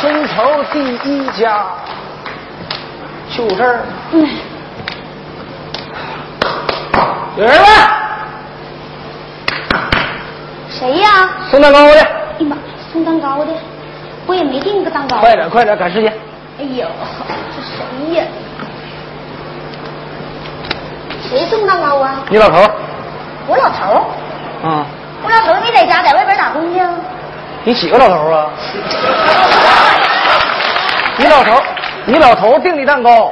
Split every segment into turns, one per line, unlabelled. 村头第一家，就这儿。
嗯，
有人吗？
谁呀？
送蛋糕过去，
哎呀妈，送蛋糕的，我也没订个蛋糕。
快点，快点，赶时间。
哎呦，这谁呀？谁送蛋糕啊？
你老头儿，
我老头儿，
嗯，
我老头儿没在家，在外边打工去啊。
你几个老头儿啊？ 你老头儿，你老头儿订的蛋糕，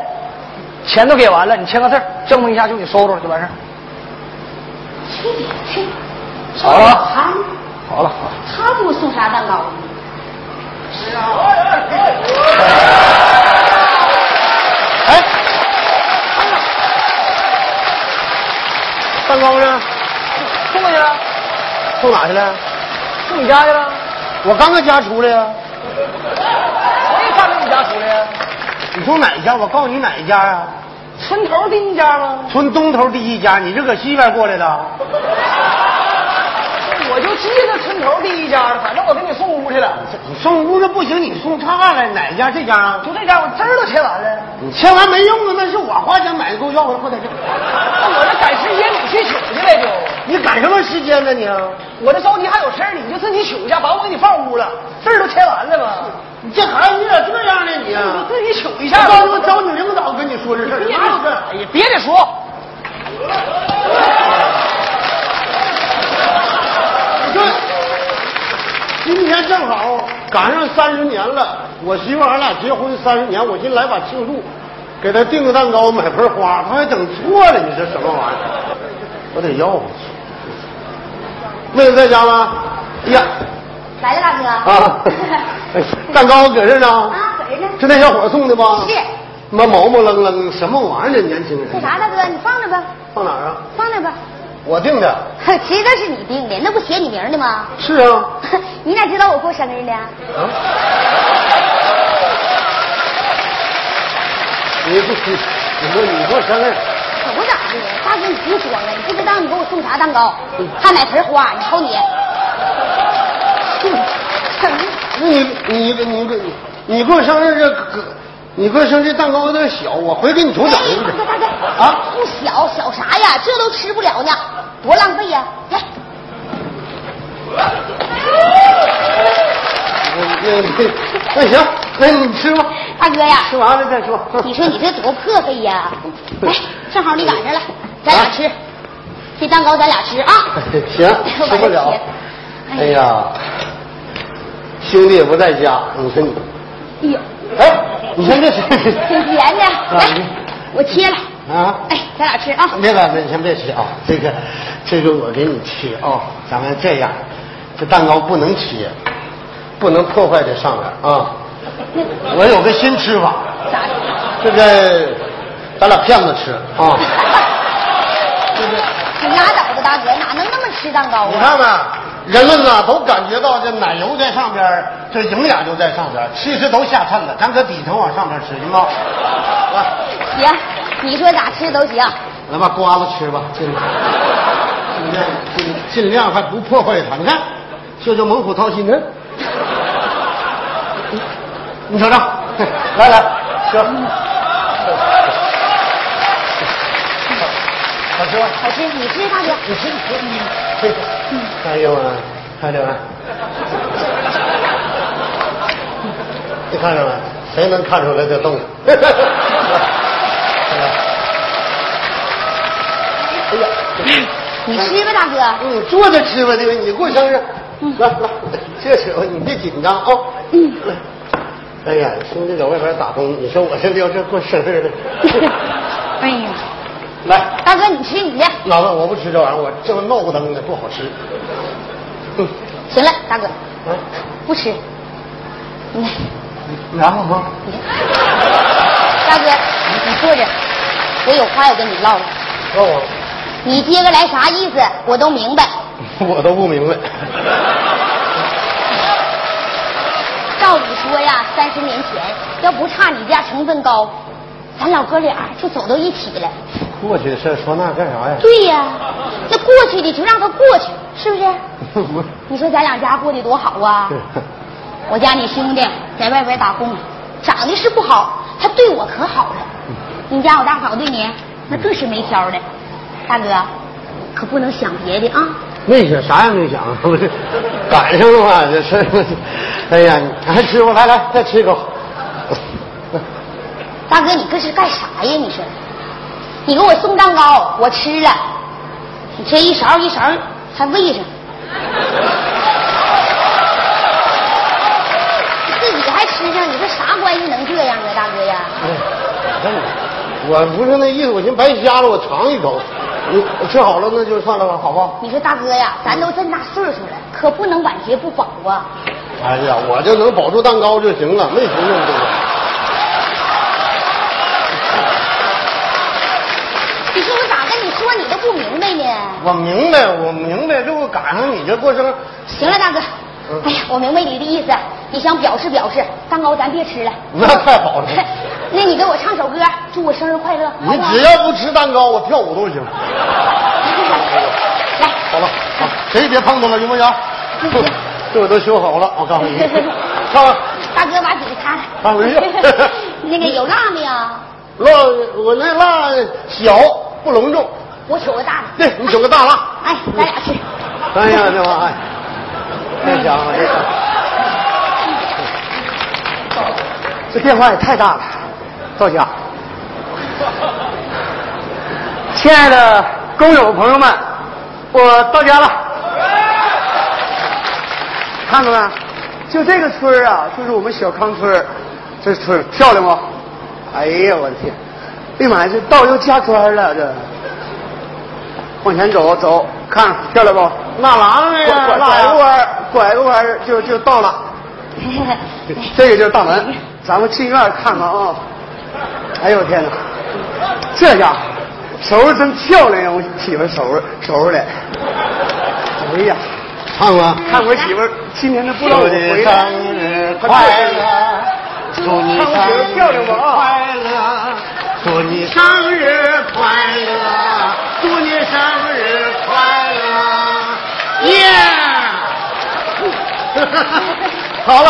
钱都给完了，你签个字儿，证明一下就给收着了，就完事儿。
去你去！
好了
他
好了，好了。
他给我送啥蛋糕？啊
哎，蛋糕呢？送过去了，
送哪去了？
送你家去了。
我刚搁家出来呀、
我也看着你家出来呀，
你从哪一家？我告诉你哪一家啊？
村头第一家吗？
村东头第一家，你是搁西边过来的？
我就记得村头第一家了，反正我给你送屋去了。
你送屋子不行，你送岔了，哪一家？这家啊？
就这家，我字儿都签完了。
你签完没用啊，那是我花钱买的，给我要回来后台去。
那我这赶时间，你去取去呗就。
你赶什么时间呢你？
我这着急还有事儿，你就自己取去，把我给你放屋了，字儿都签完了嘛。
你这孩子你咋这样呢你
你
啊？
自己取一
你
下
下
吧。
我找你领导跟你说这事儿，
别
哪有这？
哎呀，别的说，
今年正好赶上三十年了，我媳妇儿俺俩结婚三十年，我寻思来把庆祝，给她订个蛋糕，买盆花，她还整错了，你这什么玩意儿？我得要回去。妹子在家吗？哎呀，
来了，大哥。
啊，哎蛋糕搁这儿呢，
啊，搁这呢。
是那小伙送的吧？
是。
妈毛毛愣愣，什么玩意儿？这年轻人。
那啥，大哥，你放那吧，
放哪儿啊？
放那吧。
我订的。
其实那是你订的，那不写你名儿呢吗？
是啊。
你咋知道我过生日呢？
啊？你不你你说你过生日，
可不咋的，大哥你别装了，你不知道你给我送啥蛋糕，
嗯
还买盆花，你瞅你，
你你你你你过生日这可你过生日蛋糕有点小，我回给你重整一
哎 大哥大
个。
哥
啊
不小小啥呀？这都吃不了呢，多浪费呀！哎来，
那那那行，那你吃吧，
大哥呀，
吃完了再说。
你说你这多破费呀！来，正好你赶
啊
上了，咱俩吃，这蛋糕咱俩吃啊！
行，吃不了。哎呀，兄弟也不在家，你说你，
哎呦，
哎，你看这谁
挺甜的，
啊
来
你，
我切了，
啊？
哎，咱俩吃啊！
别了，别先别吃啊，这个，这个我给你切啊。咱们这样，这蛋糕不能切，不能破坏这上面啊。我有个新吃法，
咋？
这个咱俩骗子吃啊。
你拉倒吧，大哥，哪能那么吃蛋糕
你
啊？
看看，人们呐都感觉到这奶油在上边儿，这营养就在上边儿，其实都下趁了，咱搁底层往上边吃，行吗？来，
行，你说咋吃都行。
来把瓜子吃吧，尽量尽量尽尽量还不破坏它。你看，这就猛虎掏心，你看，你瞅瞅，来来吃，好吃吧？
好吃，你吃大哥。
你吃你吃你吃，哎看见没？看见没？你看着没？谁能看出来这动 静？哎呀，
你吃吧，大哥。
嗯，坐着吃吧，这个你过生日，来来，这时候你别紧张啊。嗯。哎呀，兄弟在外边打工，你说我这要这过生日了，
哎呀，
来，
大哥，你吃你的。
老子我不吃这玩意儿，我这闹咕噔的不好吃。嗯，
行了，大哥，
来，
不吃。嗯你看，
然后呢？
大哥，你你坐着，我有话要跟你唠唠。
那我
你接过来啥意思，我都明白。
我都不明白。
照理说呀，三十年前要不差你家成分高，咱老哥俩就走到一起了。
过去的事儿说那干 啥呀？
对呀，那过去的就让它过去，是不是？
不是，
你说咱俩家过得多好啊！我家你兄弟在外边打工，长得是不好，他对我可好了。你家我大嫂对你那更是没挑的，大哥，可不能想别的啊。
没想啥也没想，不是赶上了嘛？这是，哎呀，你还吃吧，来来，再吃一口。
大哥，你这是干啥呀？你说，你给我送蛋糕，我吃了，你这一勺一勺还喂上，自己还吃上，你这啥关系能这样啊，大哥呀？
我不是那意思，我寻思白瞎了，我尝一口。你吃好了那就算了吧，好不好？
你说大哥呀，咱都这么大岁数了，可不能晚节不保啊！
哎呀，我就能保住蛋糕就行了，没寻思这个。
你说我咋跟你说你都不明白呢？
我明白，我明白，这不赶上你这过生日，
行了，大哥
嗯，
哎呀，我明白你的意思，你想表示表示，蛋糕咱别吃了。
那太好了。
那你给我唱首歌，祝我生日快乐，好
你
不好
只？要不吃蛋糕，我跳舞都行。
来，
好了，好谁也别碰它了，行不行？这我都修好了，我告诉你，看看
大哥把嘴擦擦。
啊没事
那个有辣没啊有？
辣，我那辣小不隆重，
我瞅个大的。
对你整个大辣。
哎，咱俩吃。
哎呀，这玩意儿，那家伙
这变化也太大了，啊到家。亲爱的工友朋友们，我到家了。看着没？就这个村儿啊，就是我们小康村儿这村儿漂亮不？哎呀，我的天！哎呀妈呀，这道又加砖了，这。往前走走，看漂亮不？
那狼啊
拐
那
拐拐个
呀，辣
弯
呀，
儿，拐个弯儿就就到了。这个就是大门，咱们进院儿看看啊、哎呦我天哪，这家伙收拾真漂亮呀！我媳妇儿收拾收拾的，哎呀，
看看。
看我媳妇儿今年都不知道我
祝
回
你
来。
生日快乐！祝你生日
漂亮不啊
快乐！祝你生日快乐！祝你生日快乐！耶！好了，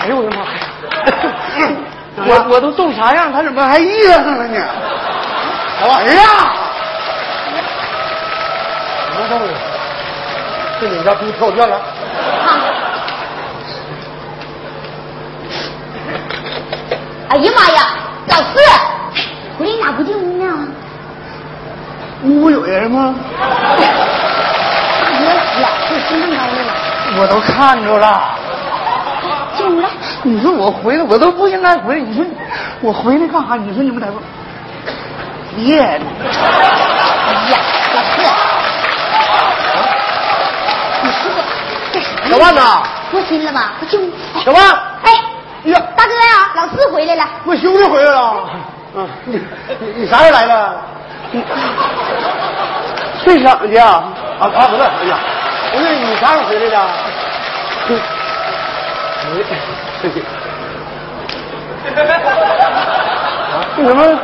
哎呦我的妈呀！我我都冻啥样，他怎么还噎上了呢？
好吧，
哎呀！
不动了，这你家猪跳圈了。
哎呀妈呀，老四，回来咋不进屋呢？
屋有人吗？
大哥老是心动高了，
我都看着了。
进屋来。
你说我回来，我都不应该回来。你说我回来干啥？你说你们在屋耶，
哎呀，老四，你说这啥呀
小万呐，
多心了吧？快进屋。哎
小万，
哎，
呀
大哥呀、老四回来了。
我兄弟回来了。嗯，你你你啥时候来的？
睡场去啊？
啊啊，不是，哎呀，不是你啥时候回来的？你，
你们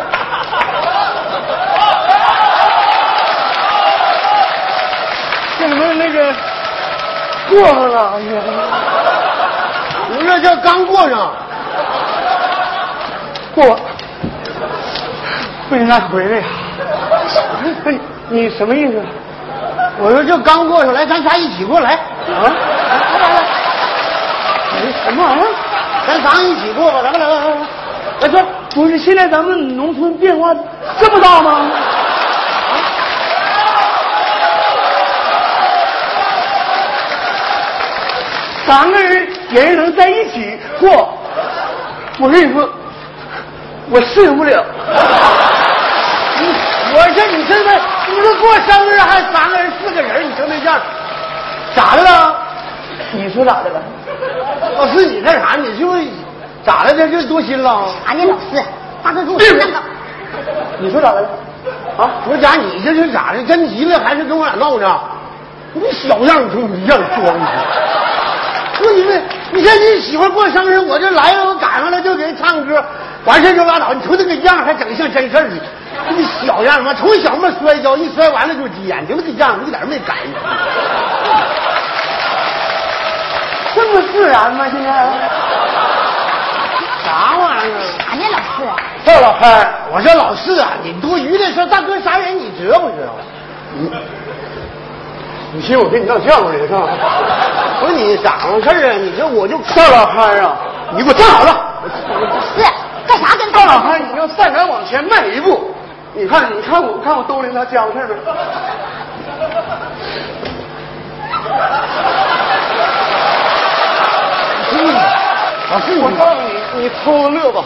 这什么那个过分了？哎呀
你这叫刚过上，
过，不应该回来呀、哎你什么意思？
我说这刚过上来，咱仨一起过来，
啊？来来来，哎什么玩意儿？
咱仨一起过吧，来吧来吧来吧来吧，
哎，不是，不是，现在咱们农村变化这么大吗？啊三个人人能在一起过，我跟你说，我适应不了。
我说你这个你这过生日还三个人四个人，你成对象，咋的了？
你说咋的了？
老师你那啥，你是不是咋的？这这多心了？
俺家老四，大哥给我送蛋糕。
你说咋的了？
啊，我家你这是咋的？真急了还是跟我俩闹呢？你小样儿你样装 的。说你们，你看你媳妇儿过生日，我这来了，我赶上了就给人唱歌，完事儿就拉倒。你瞅这个样儿还整像真事儿似的，你小样儿嘛，从小嘛摔跤，一摔完了就急眼，就那个样儿一点儿没改。这
这么自然吗？现在
啥玩意儿？
啥呢，老四？
赵老潘，
我说老四啊，你多余的事儿，大哥啥人你知道不知道？
你寻思我跟你闹笑话呢是 吧？
不是你咋回事啊？你这我就
赵老潘啊，你给我站好了！
是干啥跟
赵老潘，你要再敢往前迈一步，你看，你看我，看我兜铃他家伙事儿没？
老四，
我告诉你，你偷乐吧，啊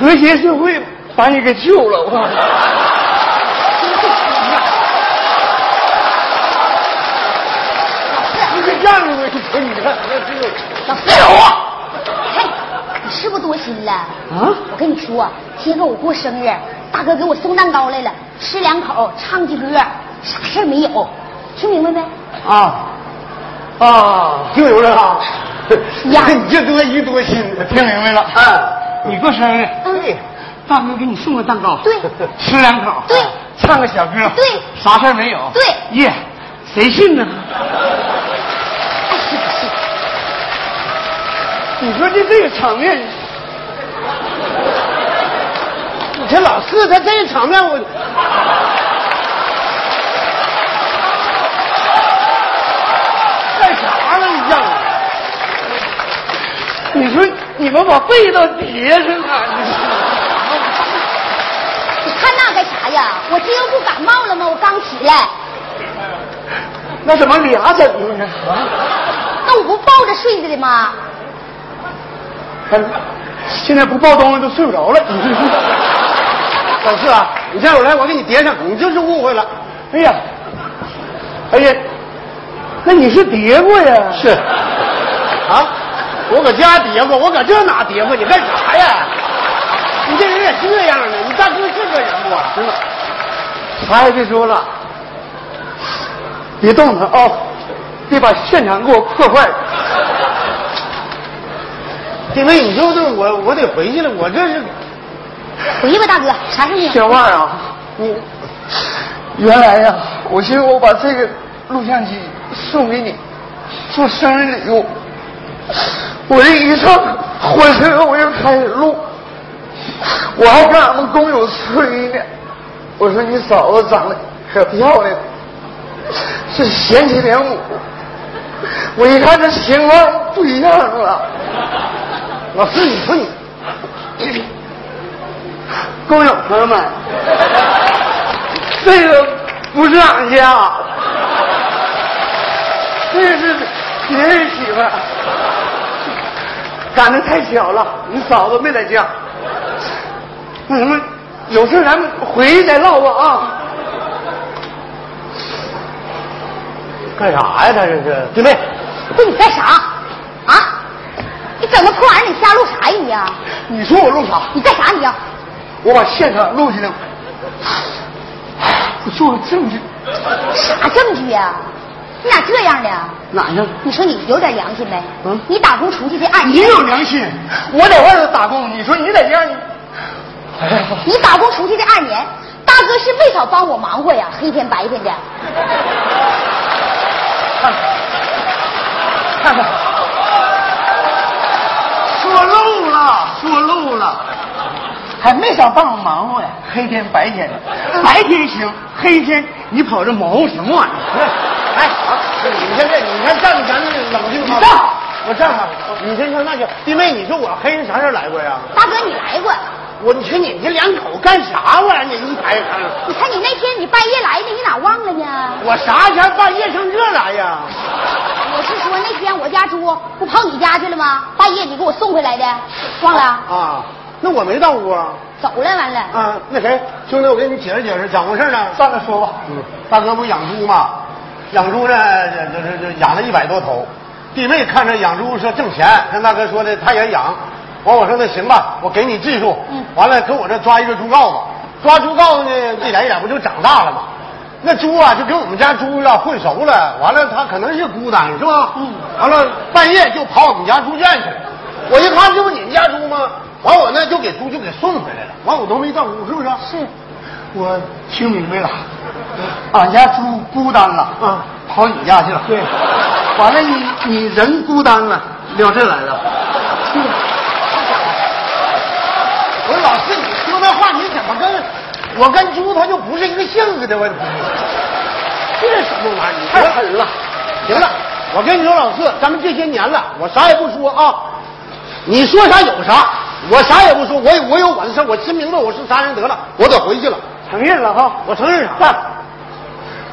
和谐社会把你给救了，我告诉你。
老四，嘿，
你这样子，你说你看，
你是不是多心了？
啊，
我跟你说，今后我过生日，大哥给我送蛋糕来了，吃两口，唱句歌，啥事儿没有，听明白没？
啊啊，听明白了啊？
呀
你这多余多心，听明白了？
哎，你过生日，
嗯，
大哥给你送个蛋糕，
对
吃两口，
对
唱个小歌，
对
啥事儿没有，
对
耶，谁信呢？哎
爱信不信？
你说这这个场面，
你这老四他这场面我。干啥呢？你让我。
你说你们把背到底下是咋的？
你看那干啥呀？我今儿不感冒了吗？我刚起来，
那怎么俩枕头呢？
那我不抱着睡着的吗？
还现在不抱东西都睡不着了。
老四啊，你这样我来，我给你叠上，你这是误会了。
哎呀，哎呀，那你是叠过呀？
是，啊，我搁家叠过，我搁这哪叠过？你干啥呀？你这人也这样呢？你大哥是个人不？啊真的，
啥也别说了，别动他啊、
哦
别把现场给我破坏。
因为你说的我，我得回去了。我这是
回去吧，大哥，啥事儿没有？
小万啊，你原来呀、我寻思我把这个录像机送给你做生日礼物，我这一上火车我就开始录，我还跟俺们工友吹呢，我说你嫂子长得可漂亮，是贤妻良母。我一看这情况不一样了，
老四，你说你
工友朋友们，这个不是俺家，这个是别人媳妇儿，赶得太巧了，你嫂子没在家。那什么，有事咱们回去再唠吧啊。
干啥呀？他这是对妹，
不，你干啥？啊？你整那破玩意儿，你瞎录啥呀你呀？
你说我录啥？
你干啥你啊呀？
我把现场录下来，我做个证据。
啥证据呀？你咋这样的？啊
哪样？
你说你有点良心呗？
嗯
你打工出去这二
你
年，
有良心，我在外头打工，你说你在家你，哎呀，
你打工出去这二年，大哥是没少帮我忙活呀，黑天白天的。
看看，说漏了，说漏了，还没少帮我忙活呀，黑天白天 的，白天行，黑天你跑这啊忙活什么玩意儿？
哎，啊你先这，你看站着咱们冷静
你
啊
站好
我站好。你先说那就，弟妹，你说我黑人啥时候来过呀？
大哥，你来过？
我你说你这两口干啥玩意儿？你一排看。
你看你那天你半夜来的，你咋忘了呢？
我啥前半夜上这来呀？
我是说那天我家猪不跑你家去了吗？半夜你给我送回来的，忘了？
啊，那我没到屋啊。
走了，完了。
啊，那谁，兄弟，我给你解释解释，咋回事呢？
站着说吧。
嗯，大哥不养猪吗？养猪呢，这这这养了一百多头。弟妹看着养猪说挣钱，跟大哥说的他也养。完我说那行吧，我给你技术。
嗯
完了跟我这抓一个猪羔子，抓猪羔子呢，一点一点不就长大了吗？那猪啊，就跟我们家猪啊混熟了。完了，它可能是孤单是吧？
嗯。
完了，半夜就跑我们家猪圈去了。我一看，这不你们家猪吗？完我呢就给猪就给送回来了。完我都没到屋，是不是？
是，
我听明白了，俺家猪孤单了，
嗯
跑你家去了。
对。
完了你你人孤单了，撂这来了。
我说老师，你说那话你怎么跟我跟猪他就不是一个性格的？我这是什么玩意儿？
太狠了！
行了，我跟你说，老四，咱们这些年了，我啥也不说啊，你说啥有啥，我啥也不说，我有我有我的事儿，我吃明白我是啥人得了，我得回去了，
承认了哈，
我承认啥？
大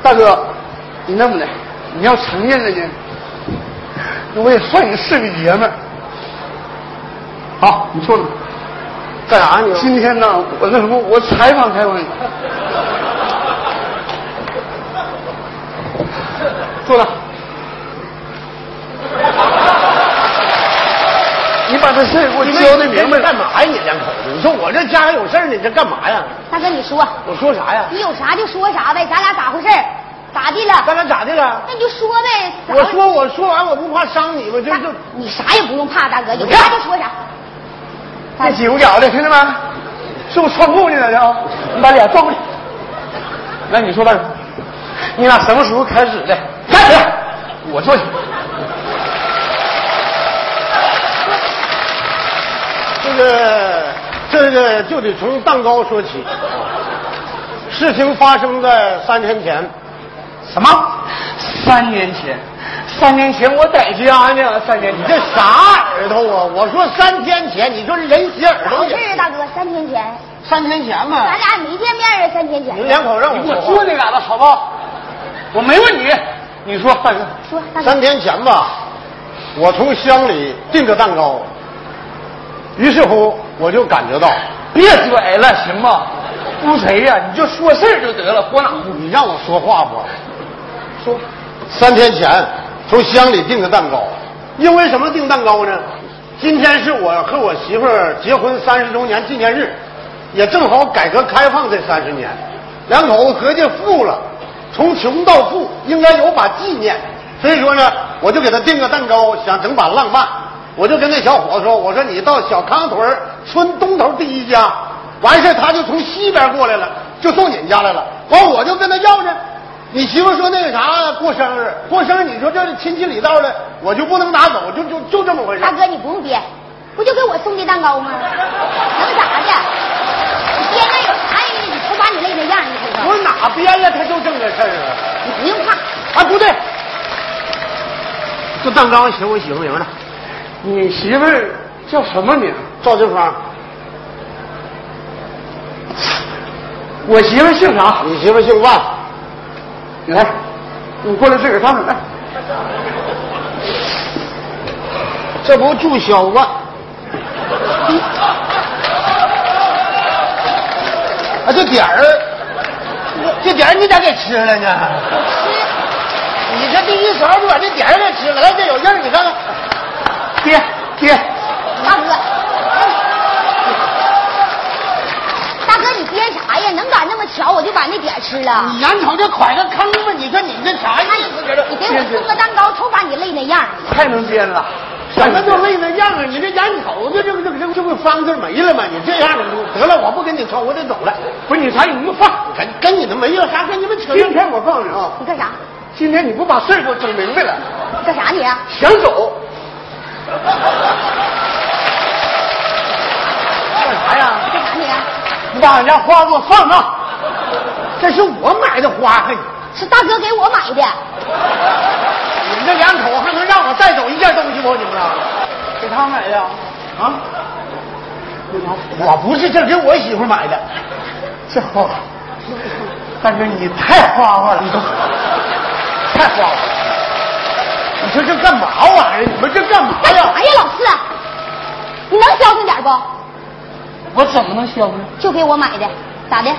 大哥，你那么的，你要承认了呢，我也算你是个爷们儿。好，你说吧。
干啥你？
今天呢，我那什么，我采访采访你。坐那儿。你把这事儿给我
你
交代明
明
白
白干嘛呀？你两口子，你说我这家里有事儿，你这干嘛呀？
大哥，你说，
我说啥呀？
你有啥就说啥呗，咱俩咋回事儿？咋的了？
咱俩咋的了？
那你就说呗。咋
我说我说完我不怕伤你吗？这
大
这
你啥也不用怕，大哥，有
你看
啥就说啥。
别挤不了的，听见没？是不是穿裤呢？在这啊，你把脸转过去。来，你说吧，你俩什么时候开始的？开始，我坐下。
这个这个就得从蛋糕说起。事情发生在三天前，
什么？三年前，三年前我在家呢。三年
你这啥耳朵啊？我说三天前，你说人血耳
咋
朵
回事
也
儿啊，大哥？三天前，
三天前嘛
咱。俩没见面啊，三天
你们
前。
两口让我
你给我
说
坐
话
那嘎达好不好？我没问你，你说大哥，
说，大哥
三，天前吧，我从乡里订个蛋糕，于是乎我就感觉到，
别拽了，行吗？乌贼呀、你就说事儿就得了，活哪乎？
你让我说话不？
说，
三天前从乡里订的蛋糕，因为什么订蛋糕呢？今天是我和我媳妇儿结婚三十周年纪念日，也正好改革开放这三十年，两口子合计富了，从穷到富应该有把纪念，所以说呢，我就给他订个蛋糕，想整把浪漫。我就跟那小伙子说：“我说你到小康屯儿村东头第一家，完事儿他就从西边过来了，就送你们家来了。完我就跟他要呢，你媳妇说那个啥过生日，过生日你说这是亲戚里道的，我就不能拿走，就就就这么回事
大。哥，你不用编，不就给我送的蛋糕 吗？能咋的？你编那有啥呀？你瞅把你累那样，你瞅
我
瞅，
说哪编呀？他就整这事儿
你不用怕。
啊！啊，不对，这蛋糕写我媳妇名了，
你媳妇儿叫什么名？
赵金芳。
我媳妇儿姓啥？
你媳妇姓万，
你来，你过来自个儿看看来。
这不注销 万。啊，这点儿，这点儿你咋给吃了呢？你这第一勺就把这点儿给吃了，来这有印儿，你看看。
爹爹，
大哥，大哥，你编啥呀？能赶那么巧，我就把那点儿吃了。
你眼瞅这蒯个坑吧，你说你这啥意思？这
你给我送个蛋糕，瞅把你累那样儿。
太能编了，
什么都累那样啊！你这眼瞅着这个这个这个这不方字没了吗？你这样的得了，我不跟你吵，我得走了。
不是你啥？你给我放。
跟跟你的没有啥跟你们扯。
今天我告诉你啊，
你干啥？
今天你不把事儿给我整明白了，
你干啥你？啊
想走
干啥呀？
干啥你？啊
你把俺家花给我放那。
啊这是我买的花，嘿，
是大哥给我买的。
你们这两口还能让我带走一件东西不？你们啊？
给他买的啊？
我不是，这给我媳妇买的。
这花，大哥你太花花了，太花花了。
你说这干嘛玩意儿？你们这干嘛
干
呀？
啥呀，老四？你能消停点儿不？
我怎么能消呢？
就给我买的，咋的？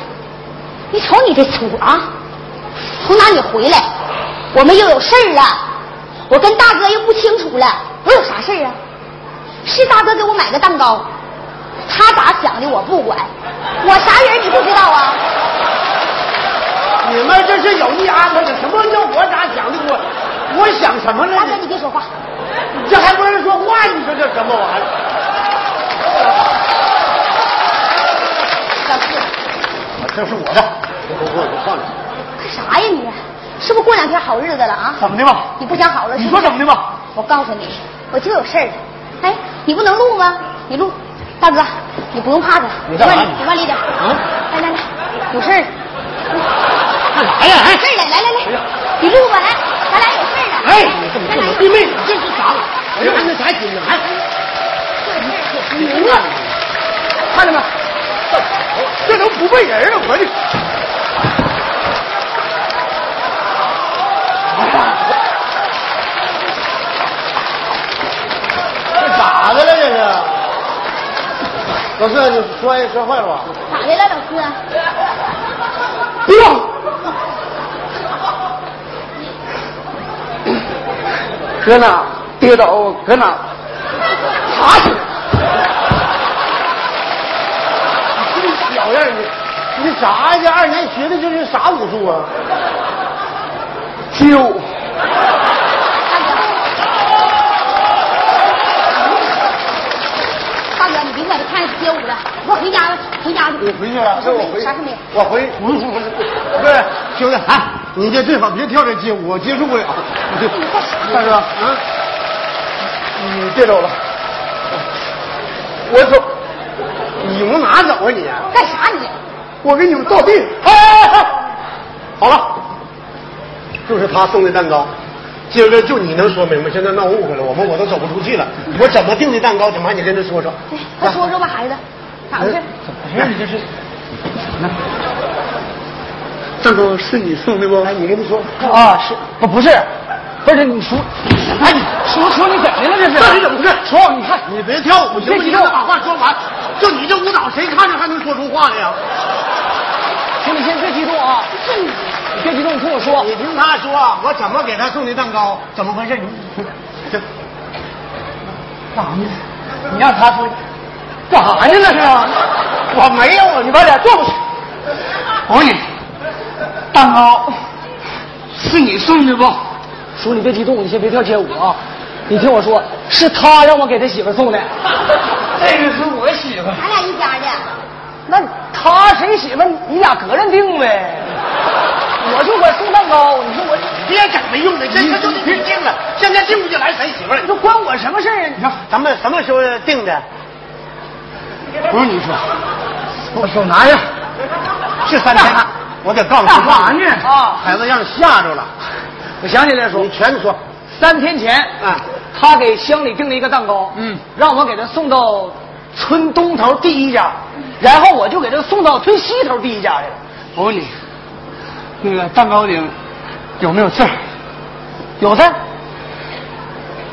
你瞅你这粗啊！从哪里回来？我们又有事儿了，啊我跟大哥又不清楚了，我有啥事儿啊？是大哥给我买个蛋糕，他咋想的我不管，我啥人你不知道啊？
你们这是有意安排的。什么叫我咋想的？我我想什么
大哥
了？
你别说话，
这还不让说话？你说这什么玩意儿？
小四，
这是我的，我我我放你。
干啥呀你？啊是不是过两天好日子了啊？
怎么的吧？
你不想好了？
你说怎么的吧？
我告诉你，我就有事儿了。哎，你不能录吗？你录，大哥，你不用怕他。
你干嘛
万里你万里点。
啊
来来来，有事儿。
干啥呀？
有事儿了，来来来，你录吧，来，咱俩有事儿了。
哎，哎，你怎么
咱
这么
俩有事
弟
儿
妹，你这是啥？我就按那啥听的，哎，你这看见没？这都不背人了，我这。
这咋的了？这是？老师，你摔摔坏了吧？
咋的了，老师？
不要！搁哪跌倒搁哪爬起
你这小样儿你你啥呀？这二年学的这是啥武术啊？
街舞。
大哥，你别管他看着街舞了，我回家了，回家去。
你回去了？
啥事没有，啥事没有。
我回，不是不是，不是兄弟，哎，你这最好别跳这街舞，我接受不了。你这大哥，嗯啊，
你别走了，我走。你们哪走啊你？
干啥你？
我给你们倒地。
哎哎哎哎，好了，就是他送的蛋糕。今儿个就你能说明白，现在闹误会了，我们我都走不出 去了。我怎么订的蛋糕？怎么还你跟人说说？
哎，快说说吧，孩子，咋回事？
哎，你这 是？蛋糕是你送的不？
哎，你跟他说，
啊，是不不是，不是你叔，哎，你叔叔你怎么的了这是？
到底怎么回事
叔，你看
你别跳舞行不行？
别
你
激动
把话说完。就你这舞蹈，谁看着还能说出话来呀？
行，你先别激动啊，你别激动，你听我说，
你听他说，我怎么给他送的蛋糕？怎么回事？你这
干啥呢？你让他说，干啥呢那是？我没有，你把脸转过去。我问你，蛋糕是你送的不？叔，你别激动，你先别跳街舞啊。你听我说，是他让我给他媳妇 送的，这个是我媳妇。
咱俩一家的。
那他谁媳妇儿，你俩个人定呗。 我就管送蛋糕，你说我
别整没用的，这这就得定定了。现在定不下来谁媳妇儿
你？说关我什么事儿啊？你说
咱们什么时候定的？
不是你说，我手拿着，
啊
是三天
干啥。
我得告诉
干
你
啥呢啊
孩子让吓着了。
我想起来说
你，全说，
三天前
啊，
他给乡里订了一个蛋糕，
嗯
让我给他送到村东头第一家，
嗯
然后我就给他送到村西头第一家去了。
我问你，那个蛋糕顶有没有刺儿？
有的，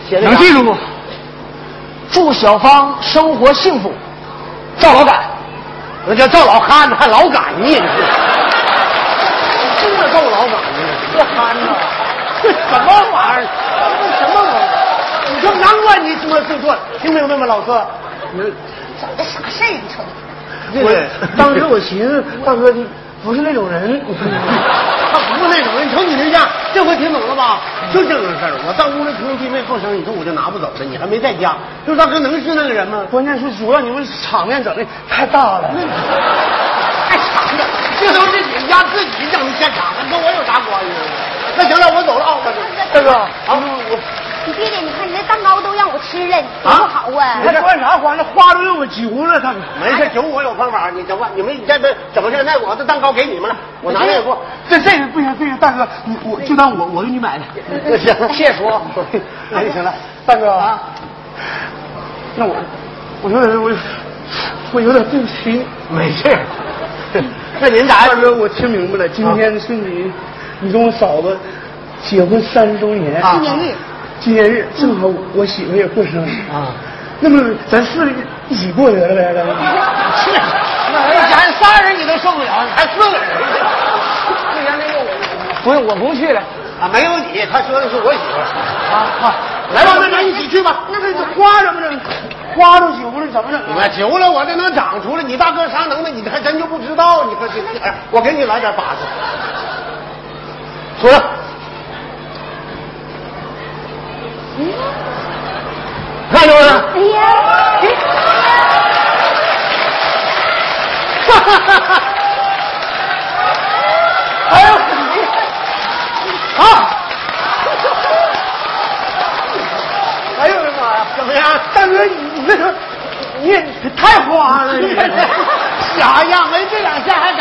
写的
能记住不？
祝小芳生活幸福，赵老板。
那叫赵老憨子，还老赶哎呢？你这是真的够老赶呢？
这憨子，
这什么玩意儿？这什么玩意儿？你就难怪你他妈自转，听明白吗，老哥？
整的啥事儿？啊你瞅你，
我当时我寻思，大哥你不是那种人，他不是那种人。你瞅你那样，这回听懂了吧？就这种事儿，我到屋里听弟妹放声，你说我就拿不走了，你还没在家，就是大哥能是那个人吗？
关键是主要你们场面整的太大了。
太长了，这都是你们家自己整的现场，跟我有啥关系？ 那行了，我走了啊，我
大哥，
啊，我
你别的，你看你那蛋糕都让我吃了，你多不好啊！
没事
关啥关？那花都让我揪了，他们。
没事，有我有方法，你等吧，你们这这怎么事？那我的蛋糕给你们了，我拿这个过。
哎这这个不行，这个大哥，你我就当我我给你买的。
那行，
谢谢叔。
哎，行了，大哥啊，那我我有点我我有点对不起。
没事儿。 那您咋
大哥，我听明白了，今天是你、你跟我嫂子结婚三十周年
啊
纪念日，
纪念日，正好我媳妇也过生日
啊？
那么咱四个一起过得了呗？大哥，
是，啊那咱仨人你都受不了，你还四个 人
那天那个我，不是我不去了。
啊？没有你，他说的是我媳妇。
啊啊！
来吧，妹妹，一起去吧。
那是
花怎么整？花都揪了，怎么整啊？
我求了，我这能长出来？你大哥啥能耐？你还真就不知道？你可这，哎我给你来点把式。出来，嗯看见没有？
哎呀，
哎呦，
哎怎么样？
大哥，你这你也太花了，你
傻样没这两下还